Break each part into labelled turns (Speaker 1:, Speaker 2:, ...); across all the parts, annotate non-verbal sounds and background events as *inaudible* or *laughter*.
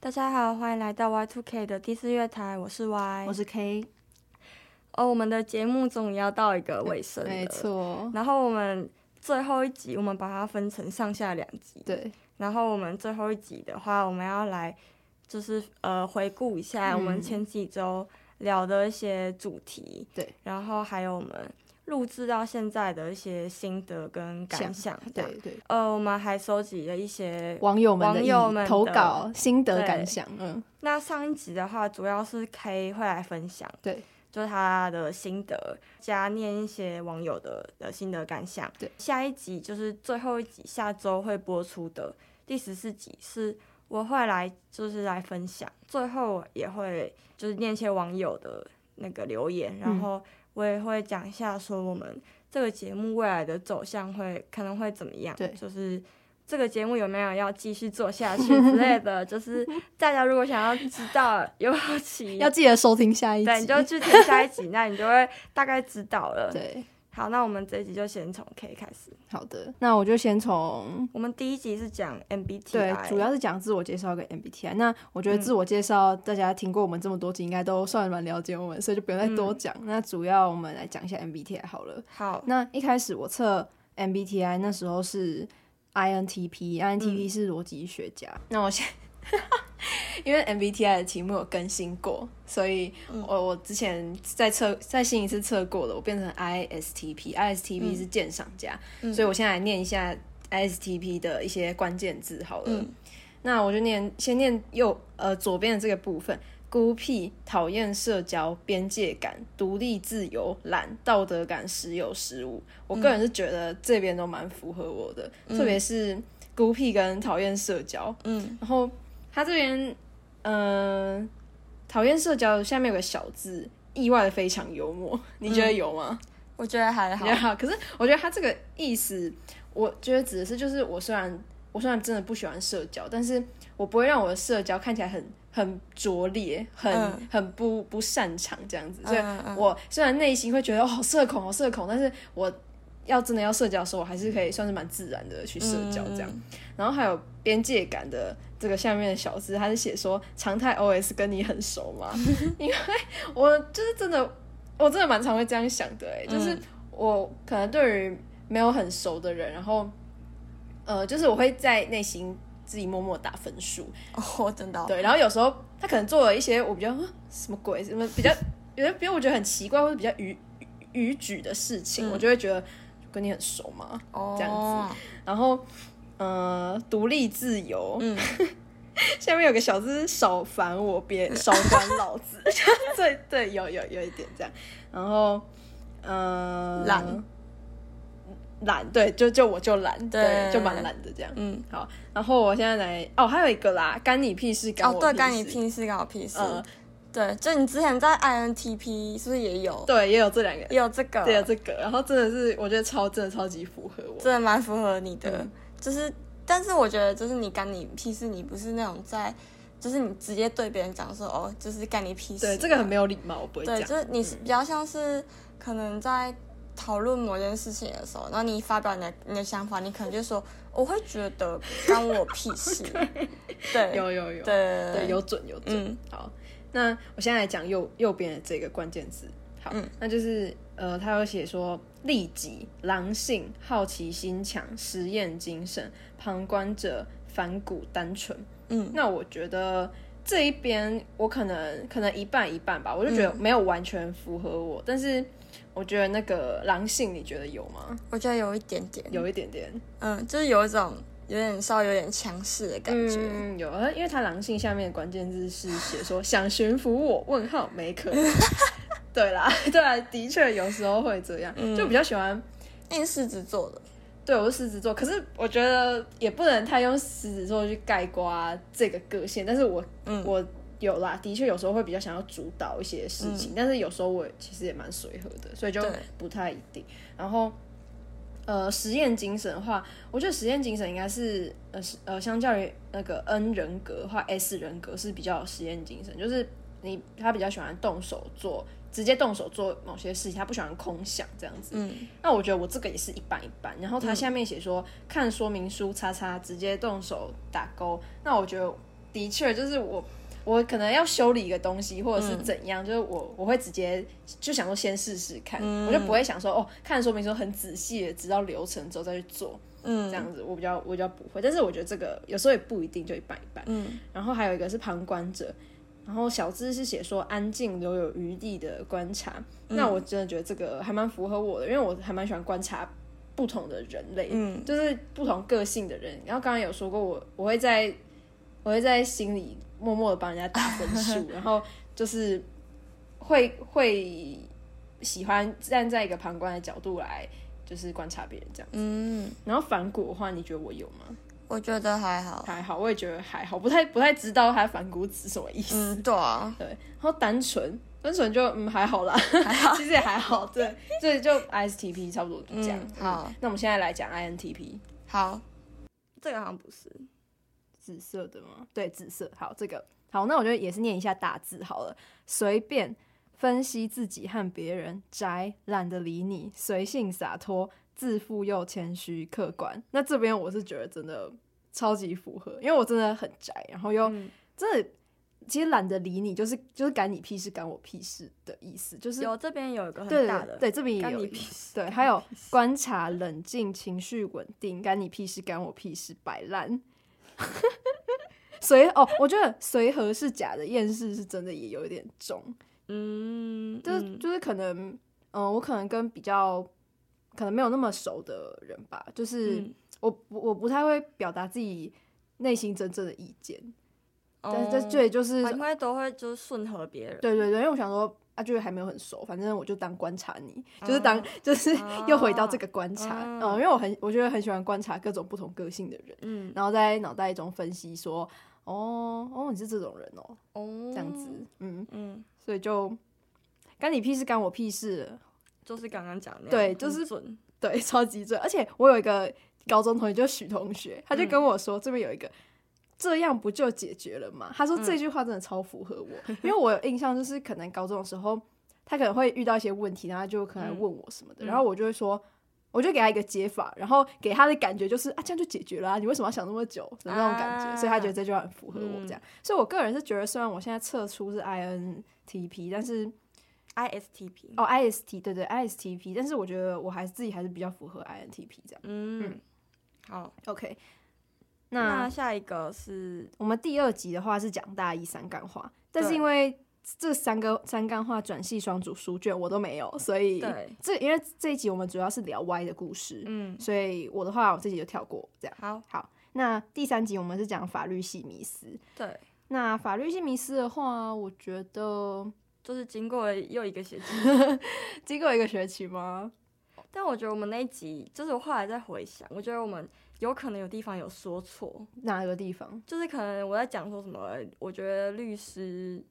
Speaker 1: 大家好，欢迎来到 Y Two K 的第四月台，我是 Y，
Speaker 2: 我是 K，
Speaker 1: 哦，我们的节目终于要到一个尾声了，
Speaker 2: 没。错，
Speaker 1: 然后我们最后一集，我们把它分成上下两集。
Speaker 2: 对，
Speaker 1: 然后我们最后一集的话，我们要来就是呃回顾一下我们
Speaker 2: 嗯
Speaker 1: 前几周聊的一些主题，
Speaker 2: 对，
Speaker 1: 然后还有我们录制到现在的一些心得跟感想，这样
Speaker 2: 对。对，
Speaker 1: 呃，我们还收集了一些。
Speaker 2: 网友们的
Speaker 1: 网
Speaker 2: 意
Speaker 1: 友们的
Speaker 2: 投稿心得
Speaker 1: 对
Speaker 2: 感想，嗯，
Speaker 1: 那上一集的话，主要是 K 会来分享，
Speaker 2: 对，
Speaker 1: 就是他的心得，加念一些网友的的心得感想。
Speaker 2: 对，
Speaker 1: 下一集就是最后一集，下周会播出的第十四集是。我会来，就是来分享，最后也会就是念一些网友的那个留言，
Speaker 2: 嗯
Speaker 1: 然后我也会讲一下说我们这个节目未来的走向会可能会怎么样，
Speaker 2: 对
Speaker 1: 就是这个节目有没有要继续做
Speaker 2: *laughs*
Speaker 1: 下去之类的，就是大家如果想要知道有没有期
Speaker 2: *laughs* 要记得收听下一集，
Speaker 1: 对，你就去听下一集，那你就会大概知道了。
Speaker 2: 对，
Speaker 1: 好，那我们这一集就先从 K 开始。
Speaker 2: 好的，那我就先从
Speaker 1: 我们第一集是讲 MBTI，
Speaker 2: 嗯对，主要是讲自我介绍跟 MBTI。那我
Speaker 1: 嗯
Speaker 2: 觉得自我介绍，大家听过我们这么多集，应该都算蛮了解我们，所以就
Speaker 1: 嗯
Speaker 2: 不用再多讲。那主要我们来讲一下 MBTI 好了。
Speaker 1: 好，
Speaker 2: 那一开始我测 MBTI 那时候是
Speaker 1: 嗯
Speaker 2: INTP，INTP 是逻辑学家。那我现 *laughs* 因为 MBTI 的题目有更新过，所以
Speaker 1: 嗯
Speaker 2: 我我之前在测在新一次测过了，我变成
Speaker 1: 嗯
Speaker 2: ISTP，ISTP 是鉴赏家，所以我现在来念一下 ISTP 的一些关键字好了。
Speaker 1: 嗯
Speaker 2: 那我就念先念右呃左边的这个部分。孤僻、讨厌社交、边界感、独立、自由、懒、道德感时有时无。我个人是觉得这边都蛮符合我的，特别是孤僻跟讨厌社交。
Speaker 1: 嗯
Speaker 2: 然后他这边，嗯、讨厌社交下面有个小字，意外的非常幽默。你觉得有吗？
Speaker 1: 我觉得
Speaker 2: *laughs*
Speaker 1: 还好
Speaker 2: 比较，好。可是我觉得他这个意思，我觉得指的是就是我虽然我虽然真的不喜欢社交，但是我不会让我的社交看起来很很拙劣，很、
Speaker 1: 嗯
Speaker 2: 很不不擅长这样子。所以
Speaker 1: 嗯嗯
Speaker 2: 我虽然内心会觉得哦好社恐，好社恐，但是我要真的要社交的时候，我还是可以算是蛮自然的去社交
Speaker 1: 嗯
Speaker 2: 这样。然后还有边界感的这个下面的小字，他是写说常态 OS 跟你很熟
Speaker 1: *laughs*
Speaker 2: 吗？因为我就是真的，我真的蛮常会这样想的、欸，就是
Speaker 1: 嗯
Speaker 2: 我可能对于没有很熟的人，然后呃，就是我会在内心自己默默打分数，
Speaker 1: 哦，真的哦、
Speaker 2: 对，然后有时候他可能做了一些我比较啊什么鬼，什么比较有些比如我觉得很奇怪或者比较逾逾矩的事情，
Speaker 1: 嗯
Speaker 2: 我就会觉得跟你很熟嘛。
Speaker 1: 哦，
Speaker 2: 这样
Speaker 1: 子，
Speaker 2: 然后呃，独立自由，
Speaker 1: 嗯，
Speaker 2: *laughs* 下面有个小字是少烦我别少管老子， *laughs* 对对，有有有一点这样，然后呃，
Speaker 1: 懒
Speaker 2: 懒，对，就就我就懒，
Speaker 1: 对
Speaker 2: 对，就蛮懒的这样。
Speaker 1: 嗯，
Speaker 2: 好，然后我现在来哦，还有一个啦，干你屁事，干
Speaker 1: 哦
Speaker 2: 我，
Speaker 1: 对，
Speaker 2: 屁
Speaker 1: 干你
Speaker 2: 事
Speaker 1: 屁事，干我屁事。
Speaker 2: 嗯
Speaker 1: 对，就你之前在 INTP 是不是也有？
Speaker 2: 对，也有这两个，
Speaker 1: 也有这个，
Speaker 2: 对，有这个，然后真的是我觉得超真的超级符合我，
Speaker 1: 真的蛮符合你的。
Speaker 2: 嗯
Speaker 1: 就是，但是我觉得，就是你干你屁事，你不是那种在，就是你直接对别人讲说，哦，就是干你屁事。
Speaker 2: 对，这个很没有礼貌，我不会
Speaker 1: 对，
Speaker 2: 讲，
Speaker 1: 就是你是比较像是可能在讨论某件事情的时候，然后你发表你的你的想法，你可能就说，我会觉得干我屁
Speaker 2: *laughs*
Speaker 1: 事。对，
Speaker 2: 有有有，
Speaker 1: 对
Speaker 2: 对，有准有准。
Speaker 1: 嗯
Speaker 2: 好，那我现在来讲右右边的这个关键字。好，
Speaker 1: 嗯
Speaker 2: 那就是呃，他有写说利己、狼性、好奇心强、实验精神、旁观者、反骨、单纯。
Speaker 1: 嗯
Speaker 2: 那我觉得这一边我可能可能一半一半吧，我就
Speaker 1: 嗯
Speaker 2: 觉得没有完全符合我，但是我觉得那个狼性，你觉得有吗？
Speaker 1: 我觉得有一点点，
Speaker 2: 有一点点。
Speaker 1: 嗯，就是有一种有点稍微有点强势的感觉。
Speaker 2: 嗯，有，呃因为他狼性下面的关键字是写 *laughs* 说想驯服我？问号没可 *laughs* 能。对啦，对啦，的确有时候会这样，就比较喜欢。
Speaker 1: 那你是狮子座的，
Speaker 2: 对，我是狮子座，可是我觉得也不能太用狮子座去概括这个个性，但是我、
Speaker 1: 嗯
Speaker 2: 我有啦，的确有时候会比较想要主导一些事情，但是有时候我其实也蛮随和的，所以就
Speaker 1: 嗯对
Speaker 2: 不太一定。然后。呃，实验精神的话，我觉得实验精神应该是呃是呃，相较于那个 N 人格的话，S 人格是比较有实验精神，就是你他比较喜欢动手做，直接动手做某些事情，他不喜欢空想这样子。
Speaker 1: 嗯，
Speaker 2: 那我觉得我这个也是一般一般。然后他下面写说、看说明书，叉叉直接动手打勾。那我觉得的确就是我。我可能要修理一个东西，或者是怎样，就是我我会直接就想说先试试看，
Speaker 1: 嗯
Speaker 2: 我就不会想说哦看说明书很仔细的，知道流程之后再去做
Speaker 1: 嗯
Speaker 2: 这样子，我比较我比较不会。但是我觉得这个有时候也不一定，就一半一半。
Speaker 1: 嗯
Speaker 2: 然后还有一个是旁观者，然后小智是写说安静留有余地的观察。
Speaker 1: 嗯
Speaker 2: 那我真的觉得这个还蛮符合我的，因为我还蛮喜欢观察不同的人类，
Speaker 1: 嗯
Speaker 2: 就是不同个性的人。然后刚刚有说过我，我会在我会在心里默默的帮人家打分
Speaker 1: *laughs*
Speaker 2: 数，然后就是会会喜欢站在一个旁观的角度来。就是观察别人这样，
Speaker 1: 嗯，
Speaker 2: 然后反骨的话，你觉得我有吗？
Speaker 1: 我觉得还好。
Speaker 2: 还好，我也觉得还好，不太不太知道他反骨指什么意思。
Speaker 1: 嗯，对啊，
Speaker 2: 对，然后单纯，单纯就嗯还好啦， *laughs* 还
Speaker 1: *laughs*
Speaker 2: 好，其实也还好，对，所以就 ISTP 差不多就这样。
Speaker 1: 嗯好
Speaker 2: 那我们现在来讲 INTP，
Speaker 1: 好，这个好像不是。
Speaker 2: 紫色的吗？对，紫色。好，这个好，那我就也是念一下大字好了，随便分析自己和别人，宅懒得理你，随性洒脱，自负又谦虚客观。那这边我是觉得真的超级符合，因为我真的很宅，然后又
Speaker 1: 嗯，
Speaker 2: 真的。其实懒得理你，就是就是干你屁事，干我屁事的意思，就是
Speaker 1: 有这边有一个很
Speaker 2: 对
Speaker 1: 大的，
Speaker 2: 对，这边也
Speaker 1: 干
Speaker 2: 有
Speaker 1: 你
Speaker 2: 一
Speaker 1: 屁
Speaker 2: 个
Speaker 1: 事
Speaker 2: 对，
Speaker 1: 干
Speaker 2: 还
Speaker 1: 你
Speaker 2: 有
Speaker 1: 屁事
Speaker 2: 观察、冷静、情绪稳定，干你屁事，干我屁事，摆烂。 *laughs* 随哦，我觉得随和是假的，厌世是真的，也有一点重。
Speaker 1: 嗯，
Speaker 2: 就是、
Speaker 1: 嗯
Speaker 2: 就是可能，嗯、我可能跟比较可能没有那么熟的人吧，就是、
Speaker 1: 嗯
Speaker 2: 我我我不太会表达自己内心真正的意见，但
Speaker 1: 哦
Speaker 2: 但对，就是
Speaker 1: 我应该都会就是顺和别人。
Speaker 2: 对对对，因为我想说啊，就是还没有很熟，反正我就当观察你，就是当、
Speaker 1: 哦
Speaker 2: 就是
Speaker 1: 哦
Speaker 2: *laughs* 又回到这个观察，啊嗯、
Speaker 1: 哦
Speaker 2: 因为我很我觉得很喜欢观察各种不同个性的人，
Speaker 1: 嗯，
Speaker 2: 然后在脑袋中分析说，哦哦，你是这种人哦，
Speaker 1: 哦
Speaker 2: 这样子，，嗯，
Speaker 1: 嗯，
Speaker 2: 所以就干你屁事，干我屁事，
Speaker 1: 就是刚刚讲的那样，
Speaker 2: 对就
Speaker 1: 很
Speaker 2: 是
Speaker 1: 准，
Speaker 2: 对， *laughs* 超级准，而且我有一个高中同学，就是许同学，他就
Speaker 1: 嗯
Speaker 2: 跟我说、这边有一个。这样不就解决了吗？他
Speaker 1: 嗯
Speaker 2: 说这句话真的超符合我，因为我有印象，就是可能高中的时候，他可能会遇到一些问题，然后他就可能来问我什么的，
Speaker 1: 嗯
Speaker 2: 然后我就会说，我就给他一个解法，然后给他的感觉就是啊，这样就解决了、啊，你为什么要想那么久的那种感觉？
Speaker 1: 啊
Speaker 2: 所以他觉得这句话很符合我
Speaker 1: 嗯
Speaker 2: 这样，所以我个人是觉得，虽然我现在测出是 INTP，但是
Speaker 1: ISTP，
Speaker 2: 哦 IST 对对 ISTP，但是我觉得我还是自己还是比较符合 INTP 这样。
Speaker 1: 嗯，好，
Speaker 2: OK，那
Speaker 1: 那下一个是
Speaker 2: 我们第二集的话是讲大一三干话，但是因为这三个三干话转系双主书卷我都没有，所以
Speaker 1: 对，
Speaker 2: 这因为这一集我们主要是聊 Y 的故事，
Speaker 1: 嗯，
Speaker 2: 所以我的话我这集就跳过这样。
Speaker 1: 好，
Speaker 2: 好，那第三集我们是讲法律系迷思。
Speaker 1: 对，
Speaker 2: 那法律系迷思的话，我觉 *laughs* 得
Speaker 1: 就是经过了又一个学期，
Speaker 2: 经过一个学期吗？
Speaker 1: 但我觉得我们那一集，就是我后来再回想，我觉得我们有可能有地方有说错，
Speaker 2: 哪个地方？
Speaker 1: 就是可能我在讲说什么，我觉得律师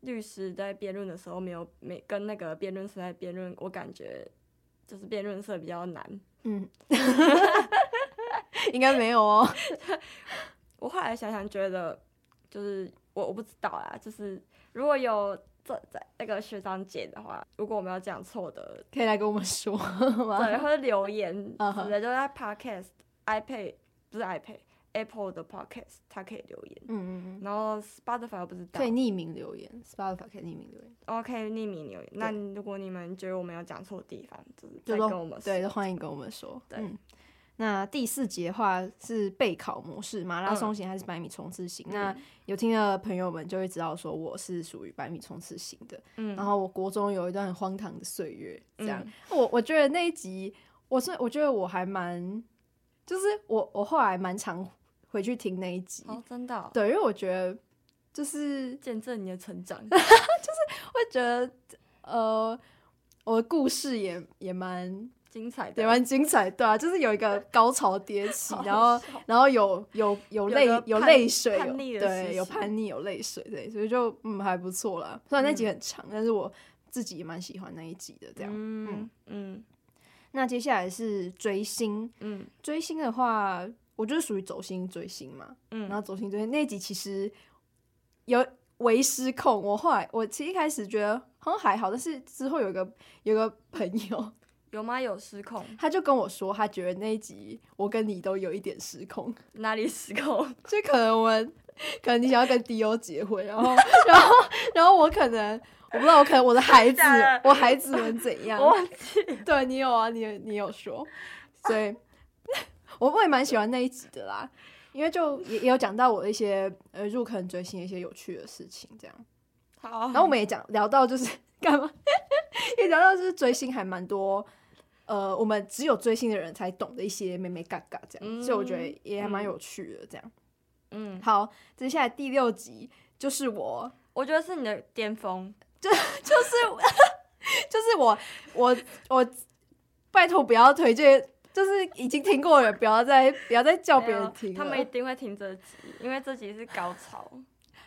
Speaker 1: 律师在辩论的时候没有没跟那个辩论社在辩论，我感觉就是辩论社比较难。
Speaker 2: *laughs* 嗯，应该没有哦。
Speaker 1: 我后来想想觉得，就是我我不知道啦，就是如果有这在那个学长姐的话，如果我们有讲错的，
Speaker 2: 可以来跟我们说 *laughs*
Speaker 1: 对，
Speaker 2: 吗？
Speaker 1: 或者留言
Speaker 2: 嗯哼
Speaker 1: 之类，就在 Podcast、iPad 不是 iPad。Apple 的 Podcast，它可以留言，
Speaker 2: 嗯嗯嗯，
Speaker 1: 然后 Spotify 我不知道
Speaker 2: 可以匿名留言，Spotify 可以匿名留言。
Speaker 1: ，OK 匿名留言。那如果你们觉得我们有讲错的地方，就是
Speaker 2: 就
Speaker 1: 再
Speaker 2: 都
Speaker 1: 跟我们说。
Speaker 2: 对，都欢迎跟我们说。
Speaker 1: 对
Speaker 2: 嗯，那第四节的话是备考模式，马拉
Speaker 1: 嗯
Speaker 2: 松型还是百米冲刺型？那
Speaker 1: 嗯
Speaker 2: 有听的朋友们就会知道，说我是属于百米冲刺型的。
Speaker 1: 嗯，
Speaker 2: 然后我国中有一段很荒唐的岁月，这样，
Speaker 1: 嗯
Speaker 2: 我我觉得那一集，我是我觉得我还蛮，就是我我后来蛮常回去听那一集，
Speaker 1: 哦，真的哦、
Speaker 2: 对，因为我觉得就是
Speaker 1: 见证你的成
Speaker 2: *laughs*
Speaker 1: 长。
Speaker 2: 会觉得呃，我的故事也也蛮
Speaker 1: 精彩的，
Speaker 2: 也蛮精彩，对啊，就是有一个高潮迭起
Speaker 1: *laughs* 好，好
Speaker 2: 然后
Speaker 1: 笑
Speaker 2: 然后有有
Speaker 1: 有
Speaker 2: 有泪
Speaker 1: 个
Speaker 2: 有
Speaker 1: 叛
Speaker 2: 泪水，
Speaker 1: 叛
Speaker 2: 有
Speaker 1: 逆的时
Speaker 2: 对，
Speaker 1: 期
Speaker 2: 有叛逆有泪水，对，所以就嗯还不错啦。虽然那集很长，但是我自己也蛮喜欢那一集的。这样，
Speaker 1: 嗯嗯
Speaker 2: 那接下来是追星，
Speaker 1: 嗯
Speaker 2: 追星的话，我就是属于走心追星嘛。
Speaker 1: 嗯，
Speaker 2: 然后走心追星那一集其实有为失控，我后来我其实一开始觉得好像还好，但是之后有一个有一个朋友，
Speaker 1: 有吗？有失控，
Speaker 2: 他就跟我说，他觉得那一集我跟你都有一点失控， *laughs*
Speaker 1: 哪里失控？
Speaker 2: 就可能我们可能你想要跟 D.O 结婚，然后 *laughs* 然后然后我可能我不知道，我可能我的孩子
Speaker 1: *laughs* 真的假的，
Speaker 2: 我孩子们怎
Speaker 1: *laughs*
Speaker 2: 样？
Speaker 1: 我忘记了
Speaker 2: 对你有啊，你你有说，所以 *laughs* 我我也蛮喜欢那一集的啦，因为就也也有讲到我一些呃入坑追星的一些有趣的事情，这样。
Speaker 1: 好，
Speaker 2: 然后我们也讲聊到就是 *laughs* 干嘛，也聊到就是追星还蛮多，呃，我们只有追星的人才懂的一些妹妹嘎嘎这样，所以我觉得也还蛮有趣的这样。
Speaker 1: 嗯，
Speaker 2: 好，接下来第六集就是我，
Speaker 1: 我觉得是你的巅峰，
Speaker 2: 就是就是我我我拜托不要推荐。就是已经听过的人，不要再不要再叫别
Speaker 1: 没有
Speaker 2: 人听了。
Speaker 1: 他们一定会听这集，因为这集是高潮。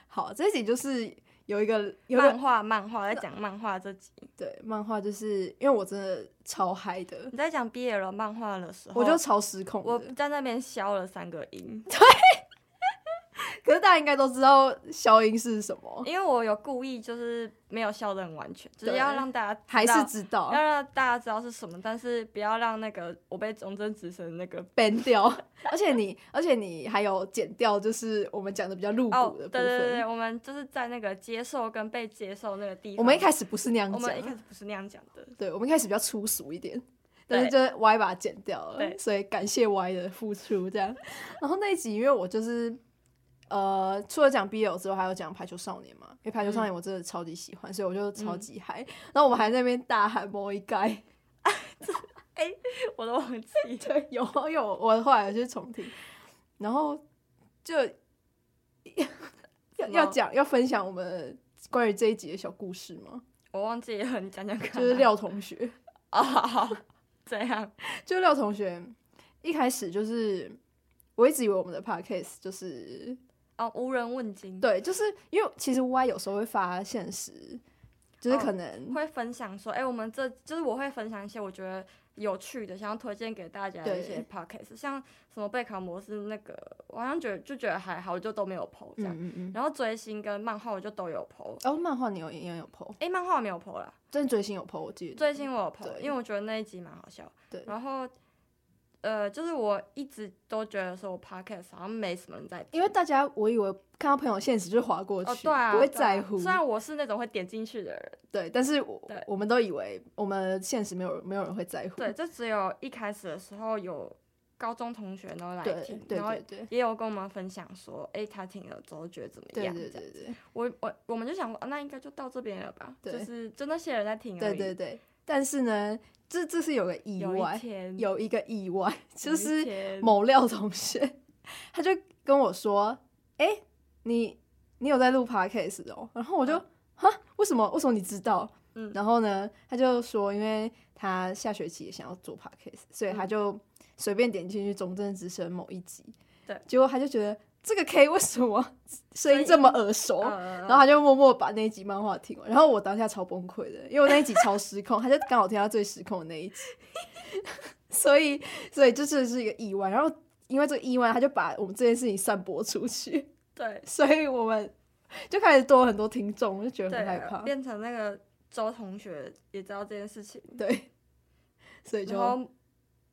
Speaker 2: 好，这一集就是有一个有一
Speaker 1: 漫
Speaker 2: 个
Speaker 1: 画，漫画在讲漫画这集，
Speaker 2: 对漫画，就是因为我真的超嗨的，
Speaker 1: 你在讲 BL 漫画的时候，
Speaker 2: 我就超失控的。
Speaker 1: 嗯我在那边消了三个音，
Speaker 2: 可是大家应该都知道消音是什么，
Speaker 1: 因为我有故意就是没有消的很完全，就是
Speaker 2: 对
Speaker 1: 要让大家知
Speaker 2: 还是
Speaker 1: 道
Speaker 2: 知道
Speaker 1: 要让大家知道是什么，但是不要让那个我被忠贞直神那个
Speaker 2: ban 掉，而且你而且你还有剪掉，就是我们讲的比较露
Speaker 1: 哦，
Speaker 2: 骨的
Speaker 1: 对
Speaker 2: 部
Speaker 1: 对对，对
Speaker 2: 分。
Speaker 1: 我们就是在那个接受跟被接受那个地方，
Speaker 2: 我们一开始不是那样
Speaker 1: 我们一开
Speaker 2: 讲，
Speaker 1: 始不是那样讲的，
Speaker 2: 对，我们一开始比较粗俗一点，
Speaker 1: 对
Speaker 2: 但是就是 Y 把它剪掉
Speaker 1: 对
Speaker 2: 了，所以感谢 Y 的付出这样。然后那一集，因为我就是呃，除了讲 BL 之后，还有讲排球少年嘛，因为排球少
Speaker 1: 嗯
Speaker 2: 年我真的超级喜欢，所以我就超级嗨。然后我们还在那边大喊 “boy
Speaker 1: *laughs*
Speaker 2: 盖”，
Speaker 1: 我都忘记了。
Speaker 2: 对，有啊有，我后来有去重听，然后就要
Speaker 1: 么
Speaker 2: 要讲要分享我们关于这一集的小故事吗？
Speaker 1: 我忘记了，你讲讲看啊。
Speaker 2: 就是廖同学，
Speaker 1: 哦，好好这样，
Speaker 2: 就廖同学一开始就是我一直以为我们的 podcast 就是
Speaker 1: 哦，无人问津，，
Speaker 2: 对，就是因为其实 Y 有时候会发现实，就是
Speaker 1: 哦
Speaker 2: 可能、嗯
Speaker 1: 会分享说，哎、我们这就是我会分享一些我觉得有趣的，想要推荐给大家的一些 podcast，像什么备考模式那个，我好像觉得就觉得还好，就都没有 PO 这
Speaker 2: 嗯
Speaker 1: 样。
Speaker 2: 嗯嗯，
Speaker 1: 然后追星跟漫画我就都有 PO，
Speaker 2: 哦，漫画你有也有 PO，
Speaker 1: 哎、漫画我没有 PO 啦，
Speaker 2: 但是追星有 PO，我记得
Speaker 1: 追星我有 PO，
Speaker 2: 对
Speaker 1: 因为我觉得那一集蛮好笑。
Speaker 2: 对
Speaker 1: 然后。呃，就是我一直都觉得说我 podcast 好像没什么人在听，
Speaker 2: 因为大家我以为看到朋友现实就划过去，
Speaker 1: 哦对啊，
Speaker 2: 不会
Speaker 1: 对啊
Speaker 2: 在乎。
Speaker 1: 虽然我是那种会点进去的人，
Speaker 2: 对，但是我
Speaker 1: 对
Speaker 2: 我们都以为我们现实没有没有人会在乎。
Speaker 1: 对，就只有一开始的时候有高中同学然后来
Speaker 2: 对
Speaker 1: 听，
Speaker 2: 对
Speaker 1: 然后
Speaker 2: 对对
Speaker 1: 也有跟我们分享说，诶，他听了之后觉得怎么
Speaker 2: 对
Speaker 1: 样？
Speaker 2: 对
Speaker 1: 这样
Speaker 2: 对对
Speaker 1: 我我我们就想说，啊那应该就到这边了吧，就
Speaker 2: 对
Speaker 1: 是就那些人在听而
Speaker 2: 对
Speaker 1: 已。
Speaker 2: 对对。但是呢，这这是有个意
Speaker 1: 有一
Speaker 2: 外，
Speaker 1: 天，
Speaker 2: 有一个意外，
Speaker 1: 有
Speaker 2: 就
Speaker 1: 一
Speaker 2: 是
Speaker 1: 天
Speaker 2: 某廖同学， *laughs* 他就跟我说：“哎、你你有在录 podcast 哦？”然后我就
Speaker 1: 嗯
Speaker 2: 哈，为什么？为什么你知道？
Speaker 1: 嗯
Speaker 2: 然后呢，他就说，因为他下学期也想要做 podcast，所以
Speaker 1: 嗯
Speaker 2: 他就随便点进去《中正之声》某一集，
Speaker 1: 对，
Speaker 2: 结果他就觉得这个 K 为什么 *laughs* 声音这么耳熟？
Speaker 1: 呃
Speaker 2: 然后他就默默把那一集漫画听完，然后我当下超崩溃的，因为我那一集超失控，他就刚好听到最失控的那一集， *laughs* 所以所以这真的是一个意外。然后因为这个意外，他就把我们这件事情散播出去，
Speaker 1: 对
Speaker 2: 所以我们就开始多了很多听众，我就觉得很害
Speaker 1: 对啊
Speaker 2: 怕，，
Speaker 1: 变成那个周同学也知道这件事情，
Speaker 2: 对，所以
Speaker 1: 然
Speaker 2: 就
Speaker 1: 后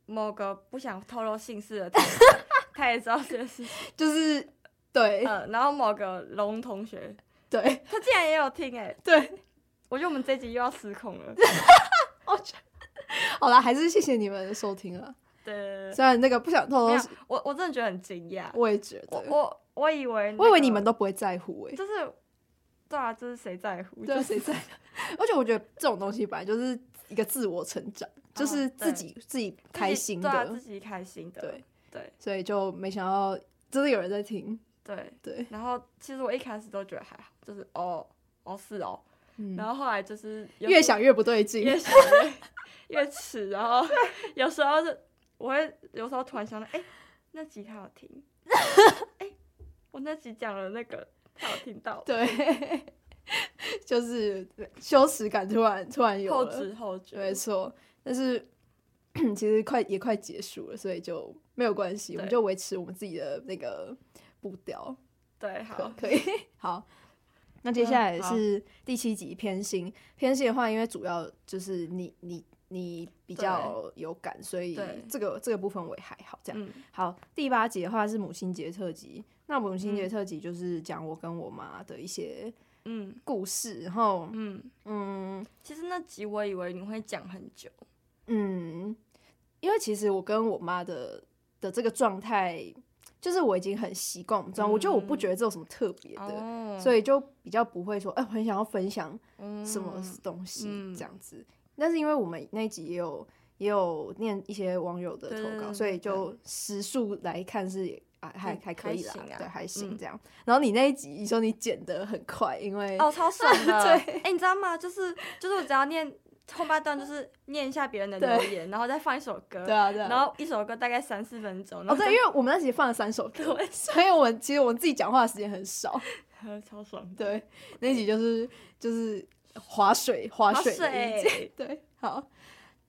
Speaker 1: 某个不想透露姓氏的同学 *laughs* 他也知道这件事情，
Speaker 2: 就是对、
Speaker 1: 呃，然后某个龙同学
Speaker 2: 对
Speaker 1: 他竟然也有听诶，
Speaker 2: 对，
Speaker 1: 我觉得我们这集又要失控了。
Speaker 2: 好啦，还是谢谢你们的收听了。
Speaker 1: 对，
Speaker 2: 虽然那个不想透
Speaker 1: 没
Speaker 2: 露
Speaker 1: 有，，我我真的觉得很惊讶。
Speaker 2: 我也觉
Speaker 1: 我
Speaker 2: 得，
Speaker 1: 我我以为、
Speaker 2: 我以为你们都不会在乎诶、欸
Speaker 1: 就是，对啊，就是谁在乎？
Speaker 2: 对
Speaker 1: 就
Speaker 2: 啊，
Speaker 1: 是
Speaker 2: 谁在？而且我觉得这种东西本来就是一个自我成长，就是自己自己
Speaker 1: 哦自己
Speaker 2: 开心
Speaker 1: 对啊，
Speaker 2: 的
Speaker 1: 自，己开心的，
Speaker 2: 对
Speaker 1: 对
Speaker 2: 所以就没想到真的有人在听，
Speaker 1: 对。
Speaker 2: 对，
Speaker 1: 然后其实我一开始都觉得还好，就是哦哦是哦，
Speaker 2: 嗯
Speaker 1: 然，后后来就是有
Speaker 2: 越想越不
Speaker 1: *laughs*
Speaker 2: 对
Speaker 1: 越
Speaker 2: 劲，
Speaker 1: 想越越迟，然
Speaker 2: *laughs*
Speaker 1: 后有时候是我会有时候突然想到，哎、那集他有
Speaker 2: *laughs*
Speaker 1: 听，哎、我那集讲了那个他有听到，
Speaker 2: 对， *laughs* 就是羞耻感突然突然有
Speaker 1: 后
Speaker 2: 了，
Speaker 1: 知后觉，
Speaker 2: 没错，但是。 *clears throat* 其实快也快结束了，所以就没有关系，
Speaker 1: 对
Speaker 2: 我们就维持我们自己的那个步调。
Speaker 1: 对，好
Speaker 2: 可，
Speaker 1: *laughs*
Speaker 2: 可以，好。那接下来
Speaker 1: 嗯好
Speaker 2: 是第七集偏心，偏心的话，因为主要就是你你你比较有感，所以
Speaker 1: 对
Speaker 2: 这个这个部分我也还好。这样、
Speaker 1: 嗯
Speaker 2: 好，第八集的话是母亲节特辑，那母亲节特辑就是讲我跟我妈的一些
Speaker 1: 嗯
Speaker 2: 故事，然后
Speaker 1: 嗯，
Speaker 2: 嗯
Speaker 1: 其实那集我以为你会讲很久，
Speaker 2: 嗯，因为其实我跟我妈的的这个状态，就是我已经很习惯我们这样，我觉得我不觉得这有什么特别的，
Speaker 1: 嗯哦，嗯
Speaker 2: 所
Speaker 1: 以
Speaker 2: 以就比较不会说，哎、我很想要分享什么东西
Speaker 1: 嗯
Speaker 2: 这样子。但是因为我们那一集也有也有念一些网友的
Speaker 1: 对对
Speaker 2: 投稿，
Speaker 1: 对
Speaker 2: 所以
Speaker 1: 对
Speaker 2: 就时数来看是啊还
Speaker 1: 嗯
Speaker 2: 还可以
Speaker 1: 还
Speaker 2: 啦
Speaker 1: 行，啊
Speaker 2: 对，还行
Speaker 1: 嗯
Speaker 2: 这样。然后你那一集你说你剪得很快，因为
Speaker 1: 哦，超爽的。
Speaker 2: *laughs* 对
Speaker 1: 哎、你知道吗？就是就是我只要念后半段，就是念一下别人的留
Speaker 2: 对
Speaker 1: 言，然后再放一首歌，
Speaker 2: 对啊对啊，
Speaker 1: 然后一首歌大概三四分钟。
Speaker 2: 哦，
Speaker 1: 然后
Speaker 2: 对，因为我们那集放了三首歌， *laughs* 所以我们其实我们自己讲话的时间很少。
Speaker 1: *laughs* 对，超爽的。
Speaker 2: 对，那集就是就是划水划水的一集。
Speaker 1: 水，
Speaker 2: 对，好，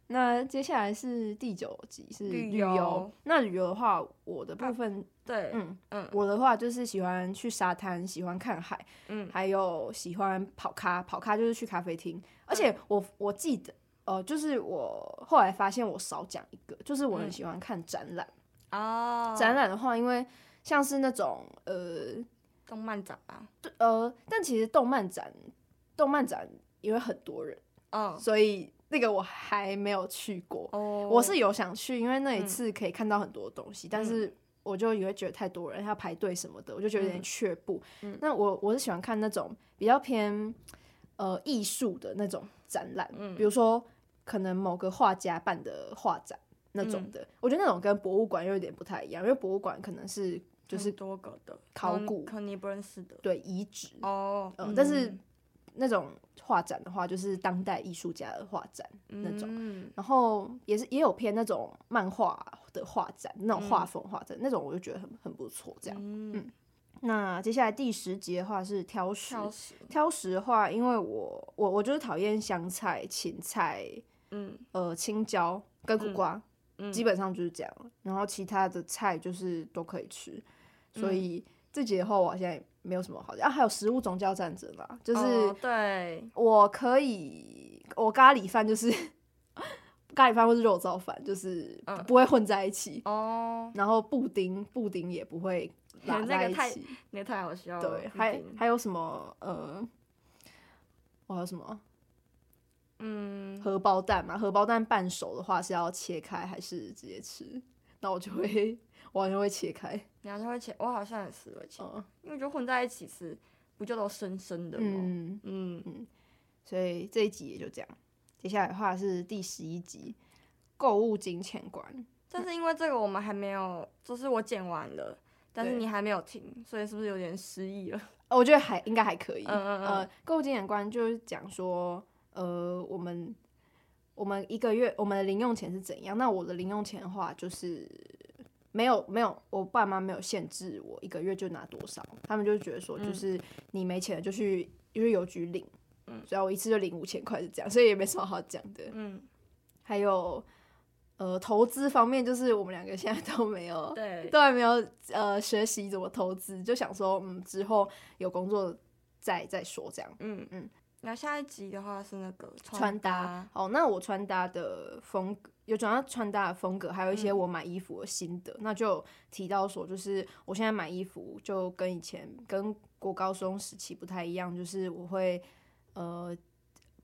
Speaker 2: 那接下来是第九集是
Speaker 1: 旅
Speaker 2: 游。
Speaker 1: 游啊
Speaker 2: 那旅游的话，我的部分，
Speaker 1: 对，
Speaker 2: 嗯
Speaker 1: 嗯
Speaker 2: 我的话就是喜欢去沙滩，喜欢看海，
Speaker 1: 嗯
Speaker 2: 还有喜欢跑咖。跑咖就是去咖啡厅，
Speaker 1: 嗯
Speaker 2: 而且我我记得。呃，就是我后来发现我少讲一个，就是我很
Speaker 1: 嗯
Speaker 2: 喜欢看展览。
Speaker 1: 哦，
Speaker 2: 展览的话，因为像是那种呃
Speaker 1: 动漫展啊吧，
Speaker 2: 对呃，但其实动漫展，动漫展因为很多人，
Speaker 1: 嗯
Speaker 2: 所以那个我还没有去过。
Speaker 1: 哦，
Speaker 2: 我是有想去，因为那一
Speaker 1: 嗯
Speaker 2: 次可以看到很多东西，但是我就也会觉得太多人要排队什么的，我就觉得有点
Speaker 1: 嗯
Speaker 2: 却步。
Speaker 1: 嗯
Speaker 2: 那我我是喜欢看那种比较偏呃艺术的那种展览，
Speaker 1: 嗯
Speaker 2: 比如说可能某个画家办的画展那种
Speaker 1: 嗯
Speaker 2: 的，我觉得那种跟博物馆又有点不太一样，因为博物馆可能是就是
Speaker 1: 很多个的
Speaker 2: 考
Speaker 1: 然后
Speaker 2: 古
Speaker 1: 可能你不认识的
Speaker 2: 对遗址
Speaker 1: 哦
Speaker 2: 呃，但是那种画展的话，就是当代艺术家的画展，那种
Speaker 1: 种
Speaker 2: 然后也是也有偏那种漫画的画展，那种
Speaker 1: 嗯
Speaker 2: 画风画展、那种，我就觉得很很不错。这样，
Speaker 1: 嗯，
Speaker 2: 那接下来第十集的话是挑食，
Speaker 1: 挑食，
Speaker 2: 挑食的话，因为我我我就是讨厌香菜、芹菜、
Speaker 1: 嗯
Speaker 2: 呃青椒跟苦瓜，
Speaker 1: 嗯
Speaker 2: 基本上就是这样。然后其他的菜就是都可以吃，
Speaker 1: 嗯
Speaker 2: 所以这集的话，我好像也没有什么好讲啊。还有食物宗教战争啦，就是。
Speaker 1: 哦对，
Speaker 2: 我可以，我咖喱饭就是 *laughs* 咖喱饭或是肉燥饭，就是
Speaker 1: 嗯
Speaker 2: 不会混在一起。
Speaker 1: 哦，
Speaker 2: 然后布丁，布丁也不会拉
Speaker 1: 那
Speaker 2: 在
Speaker 1: 个
Speaker 2: 一
Speaker 1: 太
Speaker 2: 起。
Speaker 1: 那个太好笑了，
Speaker 2: 对，
Speaker 1: 布
Speaker 2: 还
Speaker 1: 丁
Speaker 2: 还有什么？呃，我还有什么
Speaker 1: 嗯，
Speaker 2: 荷包蛋嘛？荷包蛋半熟的话是要切开还是直接吃？那我就会，我好像会切开。
Speaker 1: 你还是会切，我好像也是会切，
Speaker 2: 嗯
Speaker 1: 因为就混在一起吃，不就都生生的吗？
Speaker 2: 嗯，
Speaker 1: 嗯，
Speaker 2: 所以这一集也就这样。接下来的话是第十一集，购物金钱观。
Speaker 1: 但是因为这个我们还没有，就是我剪完了，但是
Speaker 2: 对
Speaker 1: 你还没有听，所以是不是有点失忆了？
Speaker 2: 哦，我觉得还应该还可以。
Speaker 1: 嗯嗯
Speaker 2: 呃
Speaker 1: 嗯，
Speaker 2: 购物经验观就是讲说，呃，我们我们一个月我们的零用钱是怎样？那我的零用钱的话，就是没有没有，我爸妈没有限制我一个月就拿多少，他们就觉得说，
Speaker 1: 嗯
Speaker 2: 就是你没钱了就去就去邮局领，
Speaker 1: 嗯
Speaker 2: 所以我一次就领五千块是这样，所以也没什么好讲的。
Speaker 1: 嗯，
Speaker 2: 还有呃，投资方面，就是我们两个现在都没有
Speaker 1: 对，
Speaker 2: 都还没有呃学习怎么投资，就想说嗯之后有工作再再说这样。
Speaker 1: 嗯
Speaker 2: 嗯
Speaker 1: 嗯。然后下一集的话是那个
Speaker 2: 穿搭
Speaker 1: 搭，
Speaker 2: 哦，那我穿搭的风格有讲到穿搭的风格，还有一些
Speaker 1: 嗯
Speaker 2: 我买衣服的心得。那就有提到说，就是我现在买衣服就跟以前跟国高中时期不太一样，就是我会呃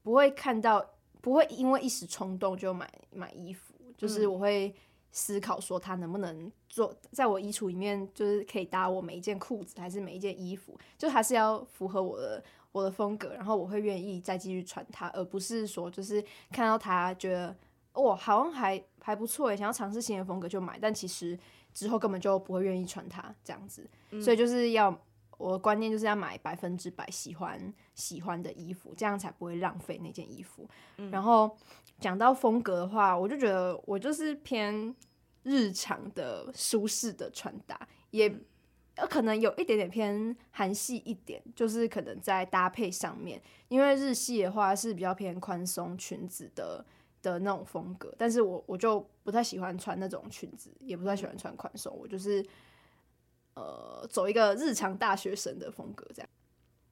Speaker 2: 不会看到，不会因为一时冲动就买买衣服，就是
Speaker 1: 嗯
Speaker 2: 我会思考说它能不能做在我衣橱里面，就是可以搭我每一件裤子还是每一件衣服，就还是要符合我的我的风格，然后我会愿意再继续穿它，而不是说就是看到它觉得哇好像还还不错耶，欸想要尝试新的风格就买，但其实之后根本就不会愿意穿它这样子，
Speaker 1: 嗯
Speaker 2: 所以就是要。我的观念就是要买百分之百喜欢喜欢的衣服，这样才不会浪费那件衣服。
Speaker 1: 嗯
Speaker 2: 然后讲到风格的话，我就觉得我就是偏日常的舒适的穿搭，也、呃可能有一点点偏韩系一点，就是可能在搭配上面，因为日系的话是比较偏宽松裙子的。的那种风格，但是我我就不太喜欢穿那种裙子，也不太喜欢穿宽松，我就是呃走一个日常大学生的风格这样。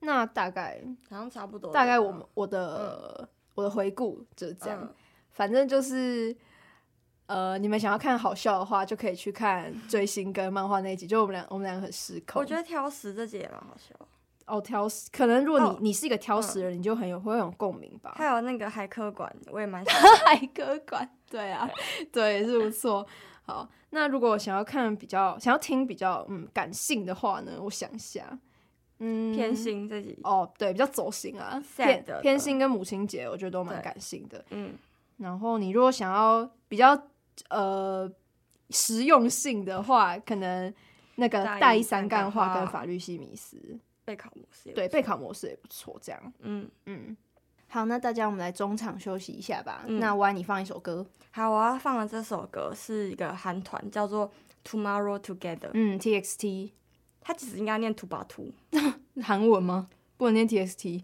Speaker 2: 那大概
Speaker 1: 好像差不多了吧。
Speaker 2: 大概我们我的、我的回顾就是这样。
Speaker 1: 嗯
Speaker 2: 反正就是。呃，你们想要看好笑的话，就可以去看追星跟漫画那一集。就我们俩，我们俩很失控。
Speaker 1: 我觉得挑食这集也蛮好笑。
Speaker 2: 哦，挑食，可能如果你、
Speaker 1: 哦
Speaker 2: 你是一个挑食的人，你就很有会很有共鸣吧。
Speaker 1: 还有那个海科馆，我也蛮
Speaker 2: *laughs*
Speaker 1: 喜欢。
Speaker 2: 海歌馆，
Speaker 1: *laughs*
Speaker 2: 对啊，对，是不错。好，那如果想要看比较想要听比较嗯感性的话呢，我想一下，嗯，
Speaker 1: 偏心这集，
Speaker 2: 哦，对，比较走心啊，
Speaker 1: Sad
Speaker 2: 偏
Speaker 1: 的
Speaker 2: 偏心跟母亲节，我觉得都蛮
Speaker 1: 对
Speaker 2: 感性的。
Speaker 1: 嗯，
Speaker 2: 然后你如果想要比较呃实用性的话，可能那个
Speaker 1: 大一
Speaker 2: 大一三
Speaker 1: 三
Speaker 2: 干
Speaker 1: 干
Speaker 2: 话跟
Speaker 1: 话
Speaker 2: 法律系迷思，
Speaker 1: 备考模式。
Speaker 2: 对，，备考模式也不错，这样。
Speaker 1: 嗯，
Speaker 2: 嗯，好，那大家我们来中场休息一下吧。
Speaker 1: 嗯
Speaker 2: 那 Y 你放一首歌，
Speaker 1: 好，我要放的这首歌是一个韩团，叫做 Tomorrow Together。
Speaker 2: 嗯，TXT
Speaker 1: 它其实应该念 t o b a t
Speaker 2: 韩文吗？不能念 TXT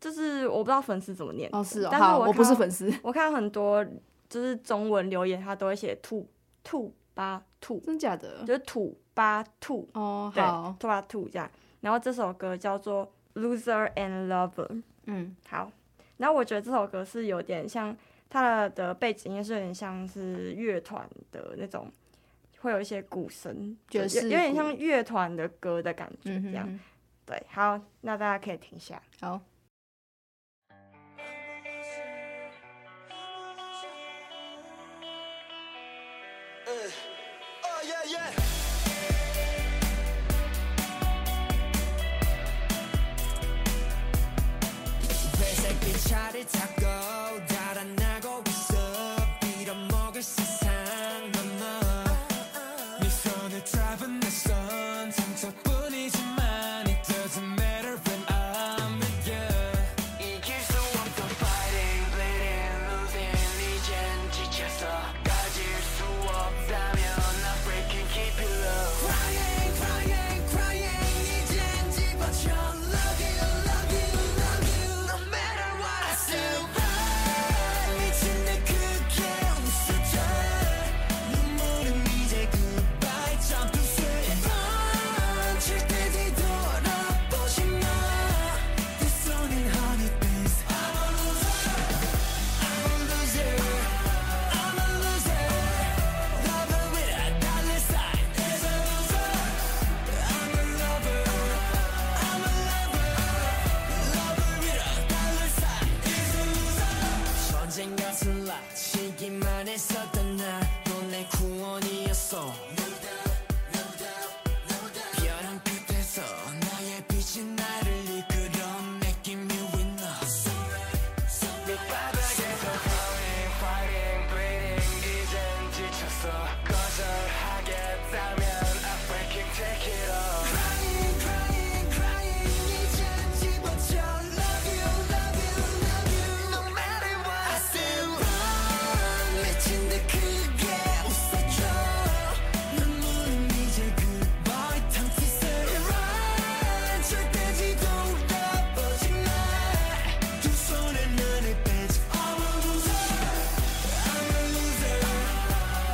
Speaker 1: 就是我不知道粉丝怎么念。
Speaker 2: 哦，是哦，
Speaker 1: 但是
Speaker 2: 好，
Speaker 1: 我
Speaker 2: 我不
Speaker 1: 看
Speaker 2: 是
Speaker 1: 到
Speaker 2: 粉丝，
Speaker 1: 我看到很多就是中文留言，他都会写兔兔八兔，
Speaker 2: 真假的？
Speaker 1: 就是土巴兔，
Speaker 2: 哦，
Speaker 1: 对
Speaker 2: 好，，
Speaker 1: 兔巴兔这样。然后这首歌叫做《Loser and Lover》。
Speaker 2: 嗯
Speaker 1: 好，然后我觉得这首歌是有点像它的的背景音乐是有点像是乐团的那种，会有一些鼓声，就有
Speaker 2: 爵士
Speaker 1: 有点
Speaker 2: 鼓
Speaker 1: 像乐团的歌的感觉
Speaker 2: 嗯
Speaker 1: 这样。
Speaker 2: 哼，
Speaker 1: 对，好，那大家可以听一下。
Speaker 2: 好。
Speaker 3: Oh yeah yeah. 회색 빛차를 타고 달아나고 있어 빌어먹을 세상 너머 네 손을 잡은 내손 상처뿐이지만 It doesn't matter when I'm with you 이길 수 없던 fighting bleeding losing 이젠 지쳤어 가질 수 없다면 I'm breaking keep it low Crying crying crying 이젠 집어쳐 Love you love you love you No matter what I survive 미친 내 그게 웃어져 눈물은 이제 goodbye 점프 스윗 멈출 때 뒤돌아보지 마내 손엔 honey bees I'm a loser I'm a loser I'm a loser Lover with a dollar sign is a loser I'm a lover I'm a lover Lover with a dollar sign is a loser 언젠가 슬라치기만 했었던 나넌내 구원이었어 별은 끝에서 나의 빛이 나를 이끌어 Making me winner 밑바닥에서 Falling, fighting, bleeding 이젠 지쳤어 거절하겠다면 I'm breaking, take it all Crying, crying, crying 이젠 집어쳐 Love you, love you, love you No matter what I still run 미친 듯 크게 웃어줘 눈물은 이제 goodbye 탕티스 Run 절대 뒤돌아보지 마두 손을 눈을 빼지 I'm a loser I'm a loser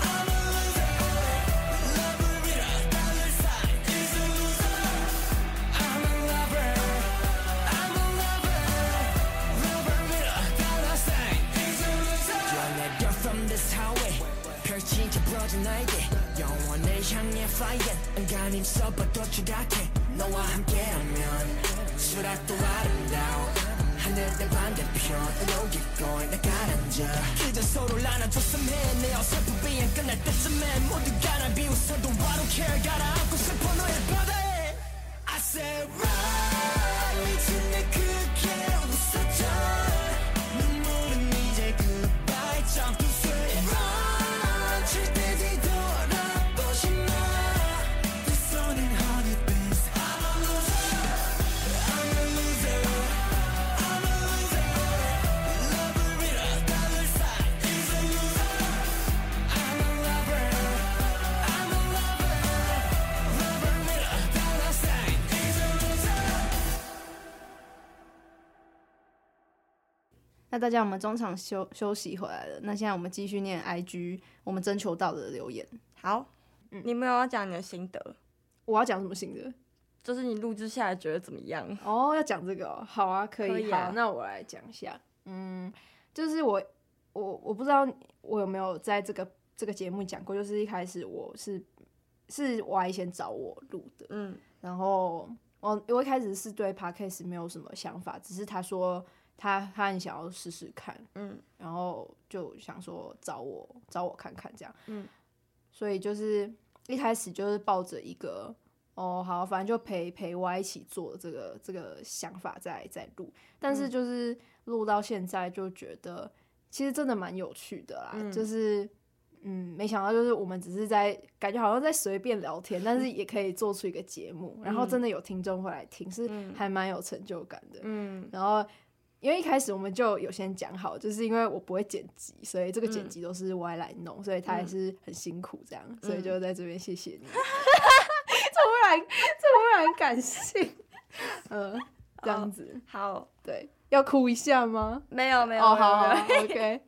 Speaker 3: I'm a loser Lover with a dollar sign is a loser I'm a lover I'm a lover Lover with a dollar sign is a loser You're let go from this highway 펼친 저 부러진 나에게 영원을 향해 flying 안간 힘써 뻗도 추락해 너와 함께하면 수락도 아름다워 하늘의 반대편 여기 있고 나 가라앉아 이제 서로를 안아줬으면 내 어설픈 비행 끝날 때쯤에 모두가 날 비웃어도 I don't care 가라앉고 싶어 너의 바다에 I said run 미친 내 그게 웃었죠 눈물은 이제 goodbye 점프 스윗 run 절대 뒤돌아보지 마내 손엔 honey bees I'm a loser I'm a loser I'm a loser Lover with a dollar sign is a loser I'm a lover I'm a lover Lover with a dollar sign is a loser
Speaker 2: 那大家我们中场休休息回来了，那现在我们继续念 IG 我们征求到的留言。
Speaker 1: 好，
Speaker 2: 嗯
Speaker 1: 你们有要讲你的心得，
Speaker 2: 我要讲什么新的？
Speaker 1: 就是你录制下来觉得怎么样？
Speaker 2: 哦，要讲这个、哦，好啊，可以，
Speaker 1: 可以啊
Speaker 2: 好，那我来讲一下，嗯，就是我我我不知道我有没有在这个这个节目讲过，就是一开始我是是 Y 先找我录的，
Speaker 1: 嗯
Speaker 2: 然后我我一开始是对 podcast 没有什么想法，只是他说他他很想要试试看，
Speaker 1: 嗯
Speaker 2: 然后就想说找我找我看看这样，
Speaker 1: 嗯，
Speaker 2: 所以就是一开始就是抱着一个哦好，反正就陪陪我一起做这个这个想法在在录，但是
Speaker 1: 嗯
Speaker 2: 就是录到现在就觉得其实真的蛮有趣的啦，
Speaker 1: 嗯
Speaker 2: 就是。嗯，没想到就是我们只是在感觉好像在随便聊天，但是也可以做出一个节目，然后真的有听众会来听，是
Speaker 1: 嗯
Speaker 2: 还蛮有成就感的。
Speaker 1: 嗯
Speaker 2: 然后因为一开始我们就有先讲好，就是因为我不会剪辑，所以这个剪
Speaker 1: 嗯
Speaker 2: 辑都是我来弄，所以他还是很辛苦这样，所
Speaker 1: 嗯
Speaker 2: 以就在这边谢谢
Speaker 1: *laughs*
Speaker 2: 你。这突然，这突然感性，嗯、
Speaker 1: 哦
Speaker 2: 这样子、
Speaker 1: 好，
Speaker 2: 对，要哭一下吗？
Speaker 1: 没有没有，
Speaker 2: 嗯哦，
Speaker 1: 没有
Speaker 2: 好好
Speaker 1: 没有
Speaker 2: 好，OK，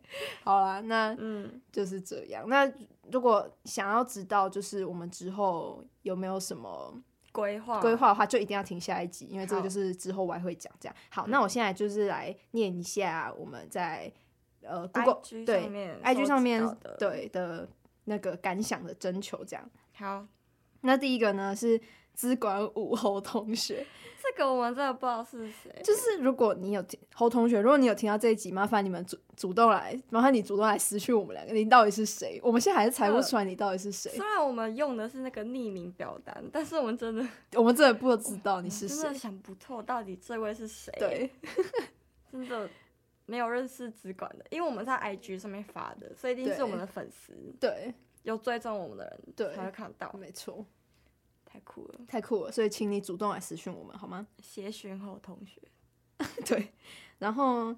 Speaker 2: 好啦，那
Speaker 1: 嗯
Speaker 2: 就是这样。那如果想要知道，就是我们之后有没有什么
Speaker 1: 规划
Speaker 2: 规划的话，就一定要听下一集，因为这个
Speaker 1: 嗯好嗯
Speaker 2: 就是之后我还会讲。这样好，那我现在就是来念一下我们在呃 Google
Speaker 1: IG 上
Speaker 2: 对
Speaker 1: 面
Speaker 2: IG 上
Speaker 1: 收
Speaker 2: 面
Speaker 1: 集到的
Speaker 2: 对的那个感想的征求。这样，
Speaker 1: 好，
Speaker 2: 那第一个呢是资管武侯同
Speaker 1: *laughs*
Speaker 2: 学，
Speaker 1: 这个我们真的不知道是谁，
Speaker 2: 就是如果你有听侯同学，如果你有听到这一集，麻烦你们主主动来，麻烦你主动来私讯我们两个，你到底是谁？我们现在还是猜不出来你到底
Speaker 1: *laughs*
Speaker 2: 是谁，
Speaker 1: 虽然我们用的是那个匿名表单，但是我们真的
Speaker 2: 我们真的不知道你 *laughs* 是
Speaker 1: 真
Speaker 2: 谁
Speaker 1: 的。想不透到底这位是谁，，
Speaker 2: 对，
Speaker 1: 真的没有认识直管的，因为我们在 IG 上面发的，所以一定是
Speaker 2: 对
Speaker 1: 我们的粉丝
Speaker 2: 对，
Speaker 1: 有追踪我们的人
Speaker 2: 对
Speaker 1: 才会看到，
Speaker 2: 没错，
Speaker 1: 太酷了，
Speaker 2: 太酷了，所以请你主动来私讯我们好吗？
Speaker 1: 协寻侯同学，
Speaker 2: *laughs* 对，然后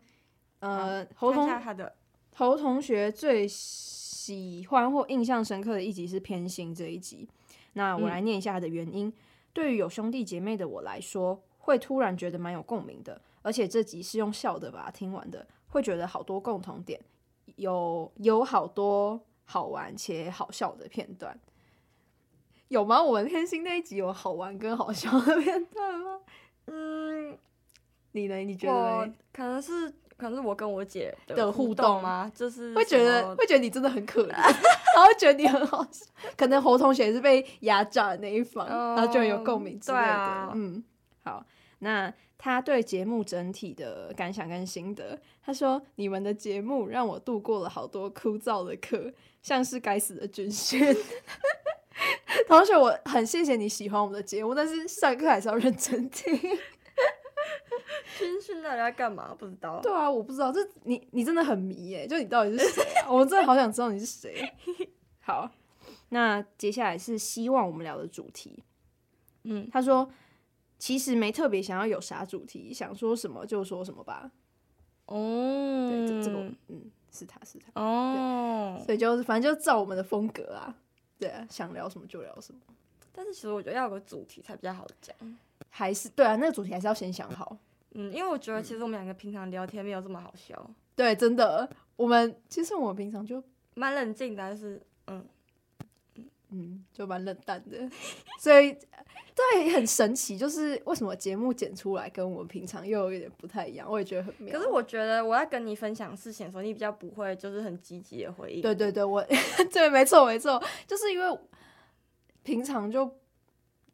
Speaker 2: 呃，侯
Speaker 1: 看一下
Speaker 2: 同
Speaker 1: 他的
Speaker 2: 侯同学最喜欢或印象深刻的一集是偏心这一集。那我来
Speaker 1: 嗯
Speaker 2: 念一下他的原因。对于有兄弟姐妹的我来说，会突然觉得蛮有共鸣的，而且这集是用笑的把它听完的，会觉得好多共同点，有有好多好玩且好笑的片段。有吗？我们偏心那一集有好玩跟好笑的片段吗？
Speaker 1: 嗯，
Speaker 2: 你呢？你觉得
Speaker 1: 我
Speaker 2: 嘞？
Speaker 1: 可能是可能是我跟我姐
Speaker 2: 的互
Speaker 1: 互
Speaker 2: 动
Speaker 1: 吗？就是
Speaker 2: 会觉
Speaker 1: 什
Speaker 2: 得
Speaker 1: 么
Speaker 2: 会觉得你真的很可怜，然后觉得你很好笑。可能侯同学也是被压榨的那一方，
Speaker 1: 哦
Speaker 2: 然后就很有共鸣之类的。
Speaker 1: 对啊
Speaker 2: 嗯，好，那他对节目整体的感想跟心得，他说：“你们的节目让我度过了好多枯燥的课，像是该死的军训。” *laughs* 同学，我很谢谢你喜欢我们的节目，但是上课还是要认真听。
Speaker 1: 军训到底要干嘛？不知道，
Speaker 2: 对啊，我不知道，这你你真的很迷耶，就你到底是谁啊？我真的好想知道你是谁。啊 *laughs* 好，那接下来是希望我们聊的主题。
Speaker 1: 嗯
Speaker 2: 他说，其实没特别想要有啥主题，想说什么就说什么吧。
Speaker 1: 哦
Speaker 2: 对，这这个我嗯是他是他，
Speaker 1: 哦，
Speaker 2: 所以就是反正就照我们的风格啊，对啊，想聊什么就聊什么，
Speaker 1: 但是其实我觉得要有个主题才比较好讲。
Speaker 2: 还是对啊，那个主题还是要先想好。
Speaker 1: 嗯，因为我觉得其实我们两个平常聊天没有这么好笑，
Speaker 2: 对，真的，我们其实我们平常就
Speaker 1: 蛮冷静的，但是嗯，
Speaker 2: 嗯，就蛮冷淡的，所以对很神奇，就是为什么节目剪出来跟我们平常又有一点不太一样，我也觉得很妙。
Speaker 1: 可是我觉得我在跟你分享事情的时候，你比较不会就是很积极的回应。
Speaker 2: 对对对，我 *laughs* 对，没错没错，就是因为平常就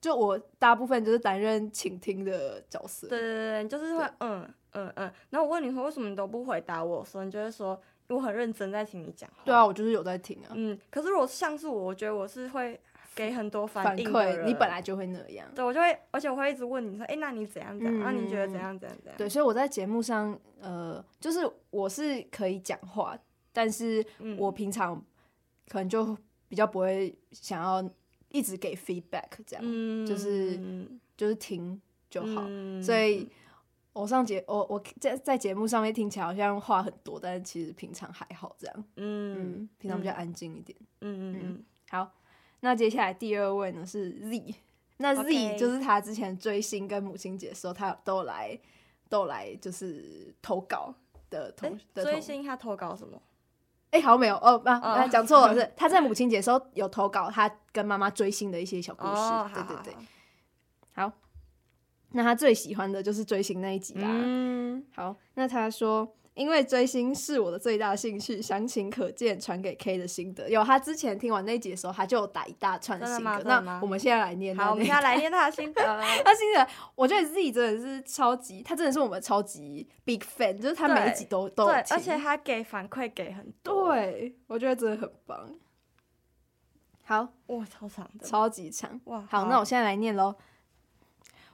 Speaker 2: 就我大部分就是担任倾听的角色，
Speaker 1: 对对对，你就是会
Speaker 2: 对
Speaker 1: 嗯嗯嗯。然后我问你说为什么你都不回答我的时候，你就会说我很认真在听你讲话。
Speaker 2: 对啊，，我就是有在听啊，
Speaker 1: 嗯。可是如果像是我，我觉得我是会给很多
Speaker 2: 反
Speaker 1: 应的
Speaker 2: 馈
Speaker 1: 人。
Speaker 2: 你本来就会那样，
Speaker 1: 对我就会，而且我会一直问你说，哎、那你怎样怎样？啊，你觉得怎
Speaker 2: 嗯
Speaker 1: 样怎样怎样？
Speaker 2: 对，所以我在节目上呃，就是我是可以讲话，但是
Speaker 1: 嗯，
Speaker 2: 我平常可能就比较不会想要一直给 feedback 这样，
Speaker 1: 嗯
Speaker 2: 就是就是听就好。
Speaker 1: 嗯
Speaker 2: 所以我上节我我在在节目上面听起来好像话很多，但是其实平常还好这样，
Speaker 1: 嗯
Speaker 2: 嗯，平常比较安静一点。
Speaker 1: 嗯嗯
Speaker 2: 好，那接下来第二位呢是 Z，那 Z
Speaker 1: OK
Speaker 2: 就是他之前追星跟母亲节的时候，他都有来都有来就是投稿的同、
Speaker 1: 嗯，
Speaker 2: 的
Speaker 1: 哎，
Speaker 2: 同
Speaker 1: 追星他投稿什么？
Speaker 2: 哎、好像没有哦，啊，
Speaker 1: 哦
Speaker 2: 啊讲错
Speaker 1: *laughs*
Speaker 2: 了，是他在母亲节的时候有投稿他跟妈妈追星的一些小故事，
Speaker 1: 哦，
Speaker 2: 对对
Speaker 1: 好
Speaker 2: 对
Speaker 1: 好。好
Speaker 2: 好，那他最喜欢的就是追星那一集啦。
Speaker 1: 嗯
Speaker 2: 好，那他说因为追星是我的最大兴趣，详情可见传给 K 的心得。有他之前听完那一集的时候，他就有打一大串
Speaker 1: 真的
Speaker 2: 心
Speaker 1: 吗
Speaker 2: 得。
Speaker 1: 真的
Speaker 2: 那
Speaker 1: 吗
Speaker 2: 我们现在来念他那一
Speaker 1: 好，我
Speaker 2: 个。*laughs*
Speaker 1: 们现在来念他的心得。
Speaker 2: 他心得，我觉得 Z 真的是超级，他真的是我们超级 big fan，就是他每一集都都
Speaker 1: 对
Speaker 2: 有，听
Speaker 1: 而且他给反馈给很多，，
Speaker 2: 对，我觉得真的很棒。好，
Speaker 1: 哇，超长的，
Speaker 2: 超级长。
Speaker 1: 哇，
Speaker 2: 好，那我现在来念喽。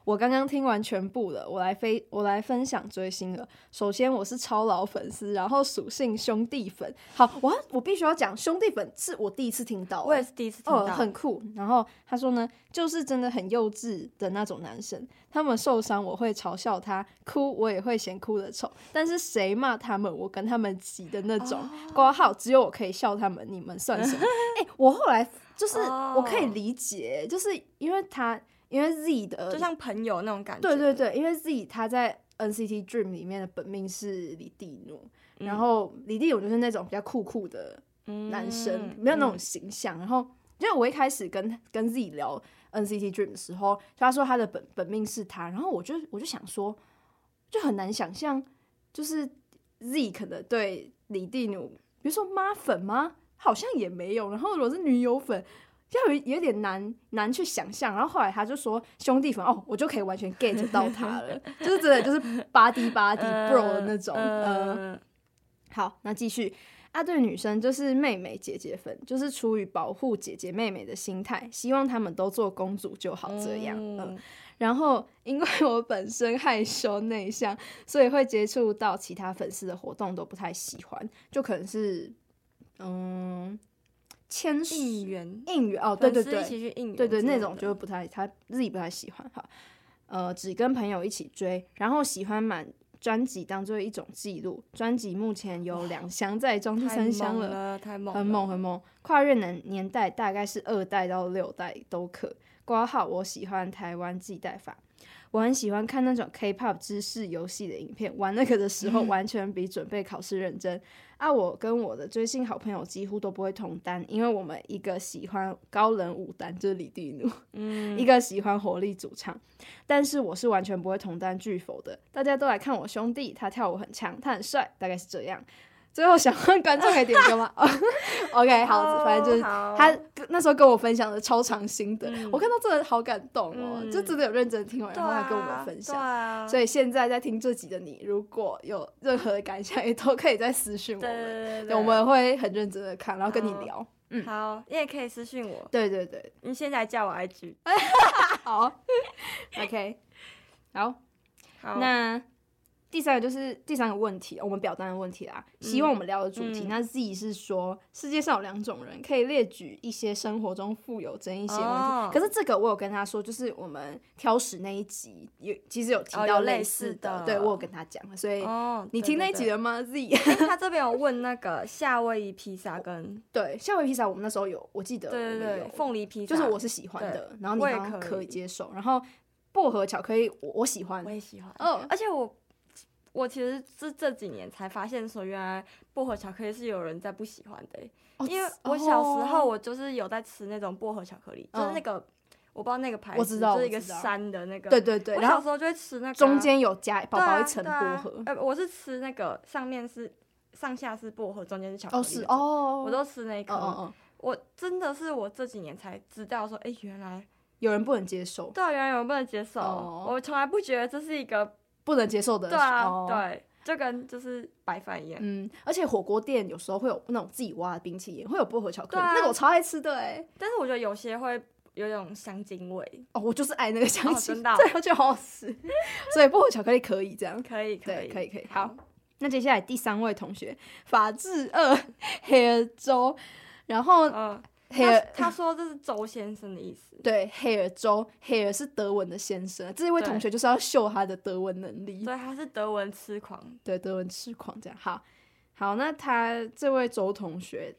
Speaker 2: 我刚刚听完全部了，我来非我来分享追星了。首先我是超老粉丝，然后属性兄弟粉。好，我要我必须要讲兄弟粉是我第一次听到、
Speaker 1: 我也是第一次听
Speaker 2: 哦，
Speaker 1: 到，
Speaker 2: 很酷。然后他说呢，就是真的很幼稚的那种男生，他们受伤我会嘲笑他，哭我也会嫌哭的丑，但是谁骂他们，我跟他们急的那
Speaker 1: 哦
Speaker 2: 种。挂、号只有我可以笑他们，你们算什么？哎、我后来就是
Speaker 1: 哦
Speaker 2: 我可以理解，就是因为他因为 Z 的，
Speaker 1: 就像朋友那种感觉，
Speaker 2: 对对对，因为 Z 他在 NCT Dream 里面的本命是李蒂努，然后李蒂努就是那种比较酷酷的。
Speaker 1: 嗯，
Speaker 2: 男生，没有那种形象。然后，因为我一开始跟跟自己聊 NCT Dream 的时候，他说他的本本命是他，然后我就我就想说，就很难想象，就是 Z 可能对李蒂努，比如说妈粉吗？好像也没有。然后如果是女友粉。就有有点难难去想象，然后后来他就说兄弟粉哦，我就可以完全 get 到他了， *laughs* 就是真的就是 body body
Speaker 1: *laughs* 嗯
Speaker 2: bro 的那种，呃，
Speaker 1: 嗯
Speaker 2: 好，那继续。啊，对女生就是妹妹姐姐粉，就是出于保护姐姐妹妹的心态，希望她们都做公主就好这样。嗯、
Speaker 1: 嗯
Speaker 2: 然后因为我本身害羞内向，所以会接触到其他粉丝的活动都不太喜欢，就可能是嗯牵手
Speaker 1: 应援，
Speaker 2: 应援哦，对对对，
Speaker 1: 粉丝一起去应援之
Speaker 2: 对
Speaker 1: 类的，
Speaker 2: 对，那种就是不太，他自己不太喜欢哈。呃，只跟朋友一起追，然后喜欢买专辑当做一种记录。专辑目前有两箱，在装第
Speaker 1: 太
Speaker 2: 三箱
Speaker 1: 猛
Speaker 2: 了，
Speaker 1: 了，太猛，
Speaker 2: 很猛，很猛。跨越年年代大概是二代到六代都可。挂号我喜欢台湾系带法，我很喜欢看那种 K-pop 知识游戏的影片，玩那个的时候完全比准备考试认真。啊，我跟我的追星好朋友几乎都不会同单，因为我们一个喜欢高冷舞担，就是李蒂努，
Speaker 1: 嗯
Speaker 2: 一个喜欢活力主唱，但是我是完全不会同担拒否的。大家都来看我兄弟，他跳舞很强，他很帅，大概是这样。最后想问观众可以点歌吗 *laughs* ？OK，好，
Speaker 1: *laughs*
Speaker 2: 反正就是他
Speaker 1: 他
Speaker 2: 跟那时候跟我分享的超长心得，
Speaker 1: 哦嗯
Speaker 2: 我看到真的好感动哦，
Speaker 1: 嗯啊
Speaker 2: 就真的有认真听完，然后来跟我们分享。所
Speaker 1: 以
Speaker 2: 以现在在听这集的你，如果有任何的感想，也都可以在私讯我
Speaker 1: 对
Speaker 2: 们，
Speaker 1: 对对
Speaker 2: 对我们会很认真的看，然后跟你聊。
Speaker 1: *laughs*
Speaker 2: 嗯
Speaker 1: 好，你也可以私信我，
Speaker 2: 对对对，
Speaker 1: 你现在加我 IG，
Speaker 2: 好 *laughs* ，OK，好，
Speaker 1: 好，
Speaker 2: 那第三个就是第三个问题，我们表单的问题啦。希望我们聊的主题，
Speaker 1: 嗯
Speaker 2: 那 Z 是说世界上有两种人，可以列举一些生活中富有争议性的问题。
Speaker 1: 哦
Speaker 2: 可是这个我有跟他说，就是我们挑食那一集有其实有提
Speaker 1: 哦
Speaker 2: 到
Speaker 1: 有类
Speaker 2: 似
Speaker 1: 似的
Speaker 2: 对我有跟他讲了，所以
Speaker 1: 哦，
Speaker 2: 你
Speaker 1: 对
Speaker 2: 听那
Speaker 1: 对
Speaker 2: 一集
Speaker 1: 对
Speaker 2: 了吗？Z
Speaker 1: 诶
Speaker 2: *laughs*
Speaker 1: *laughs* 他这边有问那个夏威夷披萨跟
Speaker 2: 对夏威夷披萨，我们那时候有，我记得
Speaker 1: 对
Speaker 2: 我们
Speaker 1: 对对
Speaker 2: 有
Speaker 1: 凤梨披萨，
Speaker 2: 就是我是喜欢的，然后你
Speaker 1: 我也
Speaker 2: 好像
Speaker 1: 可
Speaker 2: 可以
Speaker 1: 以
Speaker 2: 接受，然后薄荷巧克力我我喜欢
Speaker 1: 我，也喜欢，
Speaker 2: 哦
Speaker 1: 而且我。我其实是这几年才发现，说原来薄荷巧克力是有人在不喜欢的欸、
Speaker 2: 哦
Speaker 1: 因为我小时
Speaker 2: 哦
Speaker 1: 候我就是有在吃那种薄荷巧克力，就是那个嗯我不知道那个牌子，
Speaker 2: 我知道
Speaker 1: 就是一个
Speaker 2: 我知道
Speaker 1: 山的那个。
Speaker 2: 对对对，
Speaker 1: 我
Speaker 2: 然后
Speaker 1: 小时候就会吃那个啊、
Speaker 2: 中间有加薄
Speaker 1: 对啊
Speaker 2: 薄一层薄荷。
Speaker 1: 对啊呃，我是吃那个上面是上下是薄荷，中间是巧克力。
Speaker 2: 哦，是，哦，
Speaker 1: 我都吃那一颗。
Speaker 2: 嗯嗯嗯，
Speaker 1: 我真的是我这几年才知道说，哎、原来
Speaker 2: 有人不能接受，
Speaker 1: 对啊，原来我不能接受，
Speaker 2: 哦
Speaker 1: 我从来不觉得这是一个
Speaker 2: 不能接受的，
Speaker 1: 对啊、
Speaker 2: 哦，
Speaker 1: 对，就跟就是白饭一样。
Speaker 2: 嗯，而且火锅店有时候会有那种自己挖的冰淇淋，会有薄荷巧克力，
Speaker 1: 对啊
Speaker 2: 那个我超爱吃的哎，
Speaker 1: 但是我觉得有些会有一种香精味，
Speaker 2: 哦，我就是爱那个香
Speaker 1: 哦
Speaker 2: 气，
Speaker 1: 真的哦
Speaker 2: *laughs* 对，我觉得好好吃，所以薄荷巧克力可以这样，
Speaker 1: 可以可以
Speaker 2: 对，可以可以，好，，那接下来第三位同学，法治二黑尔州，然后
Speaker 1: 嗯。
Speaker 2: 黑
Speaker 1: 他
Speaker 2: 尔。
Speaker 1: 他说这是周先生的意思，
Speaker 2: 对，黑尔州，黑尔是德文的先生，这一位
Speaker 1: 对
Speaker 2: 同学就是要秀他的德文能力。
Speaker 1: 对，他是德文痴狂，
Speaker 2: 对德文痴狂这样。好，好，那他这位周同学，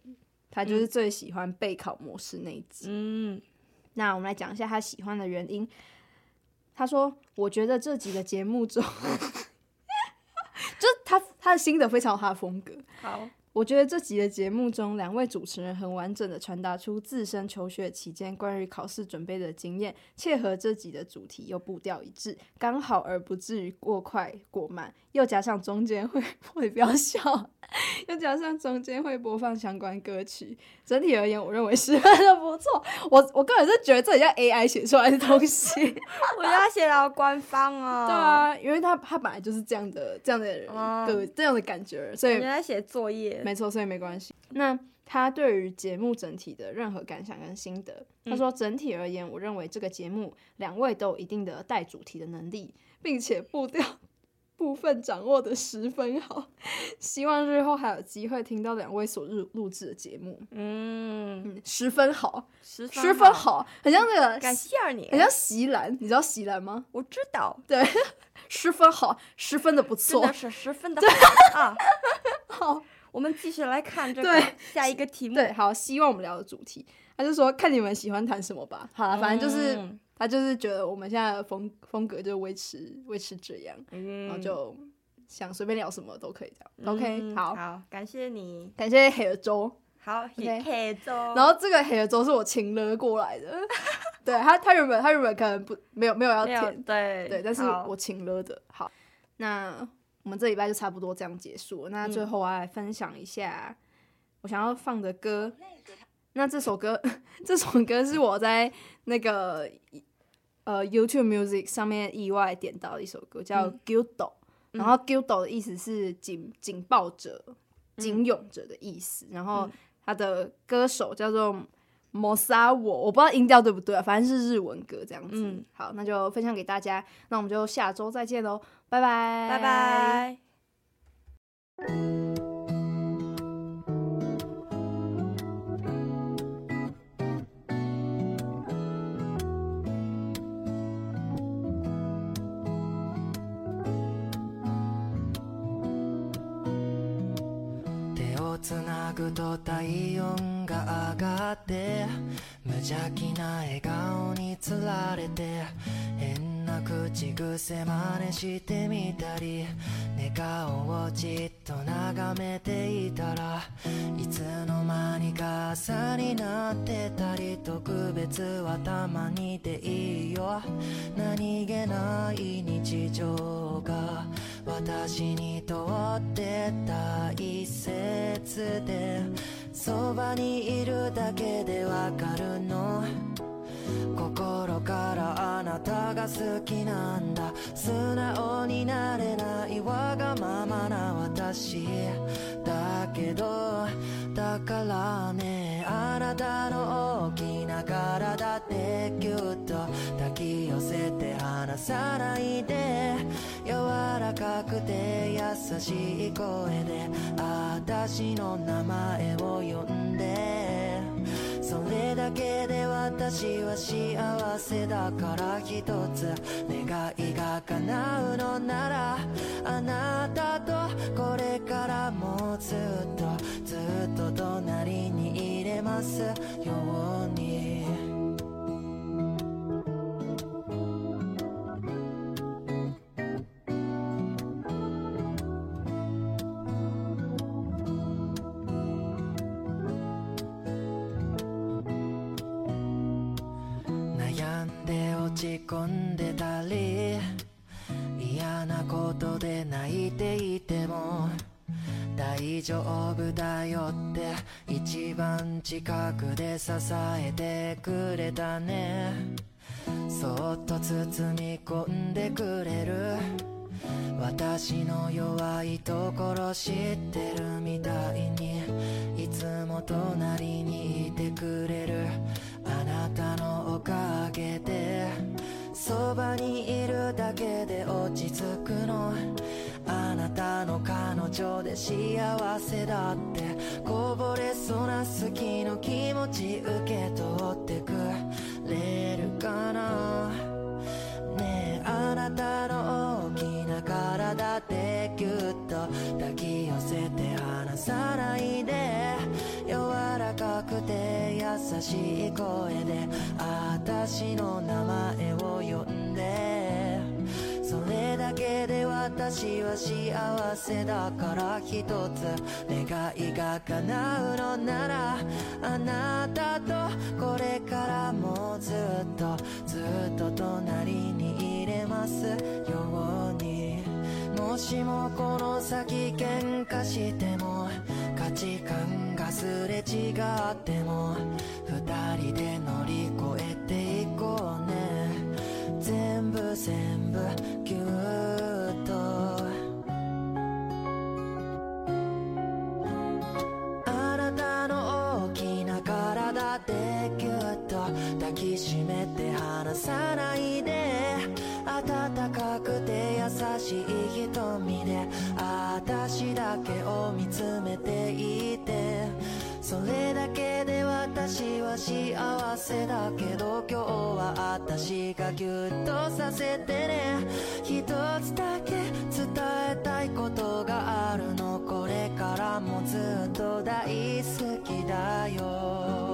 Speaker 2: 他就是最喜欢备考模式那一集。
Speaker 1: 嗯，
Speaker 2: 那我们来讲一下他喜欢的原因。他说：“我觉得这几个 *laughs* 节目中，就是他他的心得非常有他的风格。
Speaker 1: 好，
Speaker 2: 我觉得这集的节目中，两位主持人很完整的传达出自身求学期间关于考试准备的经验，切合这集的主题又步调一致，刚好而不至于过快过慢，又加上中间会 *laughs* 会不要笑，又加上中间会播放相关歌曲，整体而言，我认为十分的不错。我我个人是觉得这很像 AI 写出来的东
Speaker 1: *laughs*
Speaker 2: 西。 *laughs*
Speaker 1: 我觉得他写的好官方哦。
Speaker 2: 对，啊，因为他他本来就是这样的这样的人，
Speaker 1: 哦
Speaker 2: 对这样的感觉，所以
Speaker 1: 人家写作业。嗯
Speaker 2: 没错，所以没关系。那他对于节目整体的任何感想跟心得，他
Speaker 1: 嗯
Speaker 2: 说整体而言，我认为这个节目两位都有一定的带主题的能力，并且步调 *laughs* 部分掌握的十分好，希望日后还有机会听到两位所录录制的节目。
Speaker 1: 嗯，
Speaker 2: 嗯，十分好，
Speaker 1: 十分
Speaker 2: 十分，好，哎很像那个，
Speaker 1: 感谢你
Speaker 2: 很。像席兰，你知道席兰吗？
Speaker 1: 我知道，
Speaker 2: 对，十分好，十分的不
Speaker 1: 真
Speaker 2: 错
Speaker 1: 的。是十
Speaker 2: *laughs*
Speaker 1: 分的好啊。
Speaker 2: 好，
Speaker 1: 我们继续来看这个
Speaker 2: 对
Speaker 1: 下一个题目。
Speaker 2: 对，好，希望我们聊的主题，他就说看你们喜欢谈什么吧。好了，啊反正就是、
Speaker 1: 嗯
Speaker 2: 他就是觉得我们现在的风风格就维持维持这样，然后
Speaker 1: 嗯
Speaker 2: 就想随便聊什么都可以这样。OK，
Speaker 1: 嗯
Speaker 2: 好，
Speaker 1: 好，感谢你。
Speaker 2: 感谢黑尔州。
Speaker 1: 好，也可以走。
Speaker 2: 然后这个黑尔州是我情勒过来的， *laughs* 对他他原本他原本可能不没有没有要
Speaker 1: 没有
Speaker 2: 填，
Speaker 1: 对
Speaker 2: 对，但是
Speaker 1: 好
Speaker 2: 我请了的。好，那我们这礼拜就差不多这样结束了。那最后我要来分享一下我想要放的歌。那这首歌， *laughs* 这首歌是我在那个呃 YouTube Music 上面意外点到的一首歌，叫
Speaker 1: 嗯
Speaker 2: Guido、然后 Guido 的意思是警警报者、警勇者的意思。然后
Speaker 1: 嗯
Speaker 2: 他的歌手叫做 Mosawa，我不知道音调对不对、啊，反正是日文歌这样子。
Speaker 1: 嗯
Speaker 2: 好，那就分享给大家，那我们就下周再见喽，拜拜，
Speaker 1: 拜。拜。
Speaker 3: 手をつなぐと体温が上がって無邪気な笑顔につられて変な口癖真似してみたり寝顔をじっと眺めていたらいつの間にか朝になってたり特別はたまにでいいよ何気ない日常が私にとって大切でそばにいるだけでわかるの心からあなたが好きなんだ素直になれないわがままな私だけどだからねあなたの大きな体でぎゅっと抱き寄せて離さないで柔らかくて優しい声で私の名前を呼んでそれだけで私は幸せだから一つ願いが叶うのならあなたとこれからもずっとずっと隣にいれますように悩んで落ち込んでたり嫌なことで泣いていても大丈夫だよって一番近くで支えてくれたねそっと包み込んでくれる私の弱いところ知ってるみたいにいつも隣にいてくれるあなたのおかげでそばにいるだけで落ち着くのあなたの彼女で幸せだってこぼれそうな好きの気持ち受け取ってくれるかなねえあなたの大きな体でぎゅっと抱き寄せて離さないで柔らかくて優しい声で私の名前を呼んでそれだけで私私は幸せだから一つ願いが叶うのならあなたとこれからもずっとずっと隣にいれますようにもしもこの先喧嘩しても価値観がすれ違っても二人で乗り越えていこうね全部全部ぎゅっとあなたの大きな体でぎゅっと抱きしめて離さないで暖かくて優しい瞳で私だけを見つめていてそれだけで私は幸せだけど今日は私がぎゅっとさせてね一つだけ伝えたいことがあるのこれからもずっと大好きだよ